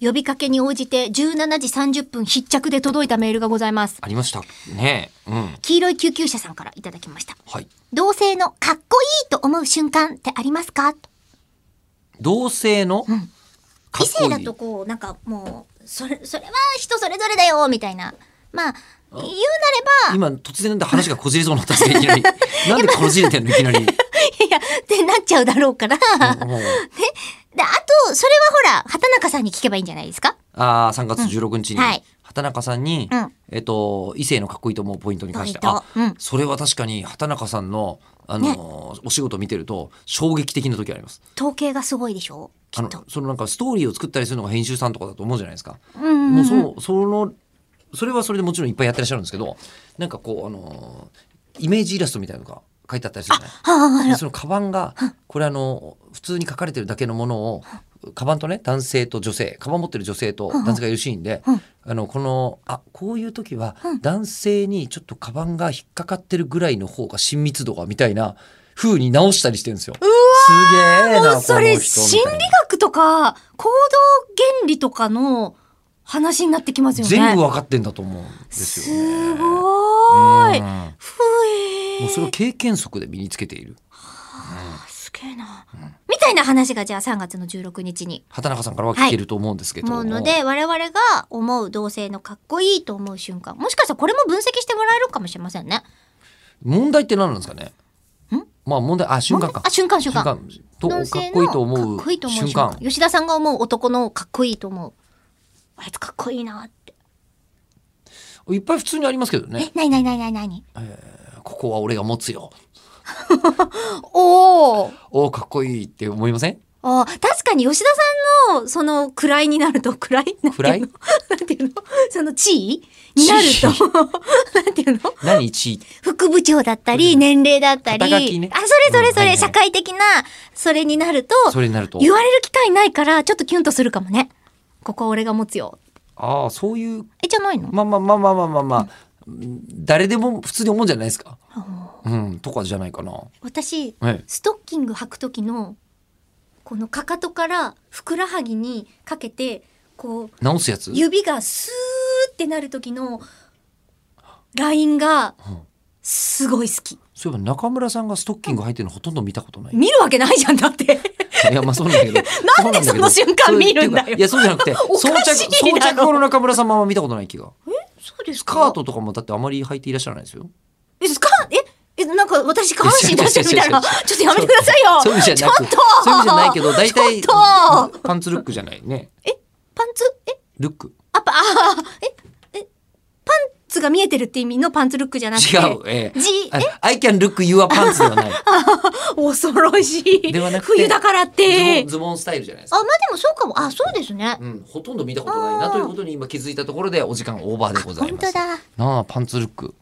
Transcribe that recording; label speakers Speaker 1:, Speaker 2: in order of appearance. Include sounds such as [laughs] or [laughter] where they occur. Speaker 1: 呼びかけに応じて17時30分必着で届いたメールがございます。
Speaker 2: ありましたね。うん。
Speaker 1: 黄色い救急車さんからいただきました。
Speaker 2: はい。
Speaker 1: 同性のかっこいいと思う瞬間ってありますか
Speaker 2: 同性の、か
Speaker 1: 異
Speaker 2: っこい
Speaker 1: 性だ
Speaker 2: い
Speaker 1: とこうなんかもうそれそれは人それぞれだよみたいなまあ言うなれば
Speaker 2: 今突然なんで話がこじれそうになったんですよい
Speaker 1: [laughs]
Speaker 2: きなり。なんでこじれてんのいきなり。
Speaker 1: いやってなっちゃうだろうから、で
Speaker 2: もう
Speaker 1: あとそれはほら畑中さんに聞けばいいんじゃないですか
Speaker 2: ああ、3月16日に、
Speaker 1: うんはい
Speaker 2: 畑中さんに、
Speaker 1: うん
Speaker 2: えっと、異性のかっこいいと思うポイントに関して、
Speaker 1: ポイント
Speaker 2: あ、
Speaker 1: うん
Speaker 2: それは確かに畑中さんの、あのーお仕事見てると、衝撃的な時あります。
Speaker 1: 統計がすごいでしょき
Speaker 2: あ
Speaker 1: っ
Speaker 2: の
Speaker 1: と、
Speaker 2: そのなんかストーリーを作ったりするのが編集さんとかだと思うじゃないですか。
Speaker 1: うんうんうん
Speaker 2: もうその、その、それはそれでもちろんいっぱいやってらっしゃるんですけど、なんかこう、あのーイメージイラストみたいなのが書いてあったりするじゃない
Speaker 1: はあ
Speaker 2: でそのカバンがこれあの普通に書かれてるだけのものをカバンとね男性と女性カバン持ってる女性と男性がいるシーンで、
Speaker 1: うん
Speaker 2: あのこのあこういう時は男性にちょっとカバンが引っかかってるぐらいの方が親密度がみたいな風に直したりしてるんですよ。すげえなこ
Speaker 1: も
Speaker 2: の
Speaker 1: うそれ
Speaker 2: 人
Speaker 1: 心理
Speaker 2: みたいな
Speaker 1: 学とか行動原理とかの話になってきますよね
Speaker 2: 全部分かってんだと思うんですよね。
Speaker 1: すごーい、
Speaker 2: うん
Speaker 1: ふえ
Speaker 2: もうそれを経験則で身につけている
Speaker 1: すげえな、みたいな話がじゃあ3月の16日に
Speaker 2: 畑中さんからは聞けると思うんですけども、
Speaker 1: 思うので我々が思う同性のかっこいいと思う瞬間もしかしたらこれも分析してもらえるかもしれませんね
Speaker 2: 問題って何なんですかねまあ問題あ瞬間か
Speaker 1: あ瞬間瞬間
Speaker 2: とか
Speaker 1: 同
Speaker 2: っ
Speaker 1: 性の
Speaker 2: こいいと思う
Speaker 1: かっこいいと思う
Speaker 2: 瞬間
Speaker 1: 吉田さんが思う男のかっこいいと思うあいつかっこいいなって
Speaker 2: いっぱい普通にありますけどね
Speaker 1: えなになになになになに
Speaker 2: ここは俺が持つよ
Speaker 1: おー
Speaker 2: おおかっこいいって思いません
Speaker 1: あー確かに吉田さんのその位になると [laughs] 位なんていうのなんていうのその地位になると [laughs] なんていうの
Speaker 2: 何地位
Speaker 1: 副部長だったり、年齢だったり、
Speaker 2: 肩書きね
Speaker 1: あ、それそれそれ、
Speaker 2: うんはいはい
Speaker 1: 社会的な、それになると、
Speaker 2: それになると
Speaker 1: 言われる機会ないから、ちょっとキュンとするかもね。ここは俺が持つよ。
Speaker 2: ああそういう
Speaker 1: え、じゃないの
Speaker 2: まあまあまあまあまあまあ、まあうん誰でも普通に思うんじゃないですかうんとかじゃないかな
Speaker 1: 私、
Speaker 2: はい
Speaker 1: ストッキング履く時の、このかかとからふくらはぎにかけて、こう、
Speaker 2: 直すやつ
Speaker 1: 指がスーってなる時の、ラインが
Speaker 2: うん、
Speaker 1: すごい好き。
Speaker 2: そういえば中村さんがストッキング履いてるのほとんど見たことない
Speaker 1: 見るわけないじゃん、だって。
Speaker 2: いや、まあそうなんだけど。
Speaker 1: [laughs] なんでその瞬間
Speaker 2: うなんけど
Speaker 1: 見るんだよ
Speaker 2: そうっていうかいや、そうじゃなくて、
Speaker 1: [laughs] お
Speaker 2: 装
Speaker 1: か
Speaker 2: 着、
Speaker 1: しい
Speaker 2: 装
Speaker 1: だろ
Speaker 2: 着後の中村さんもあんま見たことない気が。
Speaker 1: そうです
Speaker 2: スカートとかもだってあまり履いていらっしゃらないですよ。
Speaker 1: え、スカえ、え、なんか私下半身出してるみたいな。
Speaker 2: 違う違う違う違う
Speaker 1: ちょっとやめてくださいよ。
Speaker 2: そういう意味じゃなく、
Speaker 1: ちょっと
Speaker 2: そういう意味じゃないけど、大体
Speaker 1: ちょっと、
Speaker 2: パンツルックじゃないね。
Speaker 1: パンツえ、
Speaker 2: ルック。
Speaker 1: あ、パ、あ、え、え、パンツが見えてるって意味のパンツルックじゃなくて。
Speaker 2: 違う。ええ。
Speaker 1: じ、え、
Speaker 2: I can look your pants で
Speaker 1: [laughs]
Speaker 2: はない。
Speaker 1: 恐ろしい。
Speaker 2: ではなくて
Speaker 1: 冬だからっ
Speaker 2: ズボ
Speaker 1: て
Speaker 2: ン。ズボンスタイルじゃないです
Speaker 1: あ、
Speaker 2: か。
Speaker 1: まあでもそうかも。あ、そうですね。
Speaker 2: うん、ほとんど見たことないなということに今気づいたところでお時間オーバーでござい
Speaker 1: 本
Speaker 2: ます。
Speaker 1: 当だ。
Speaker 2: なあ、パンツルック。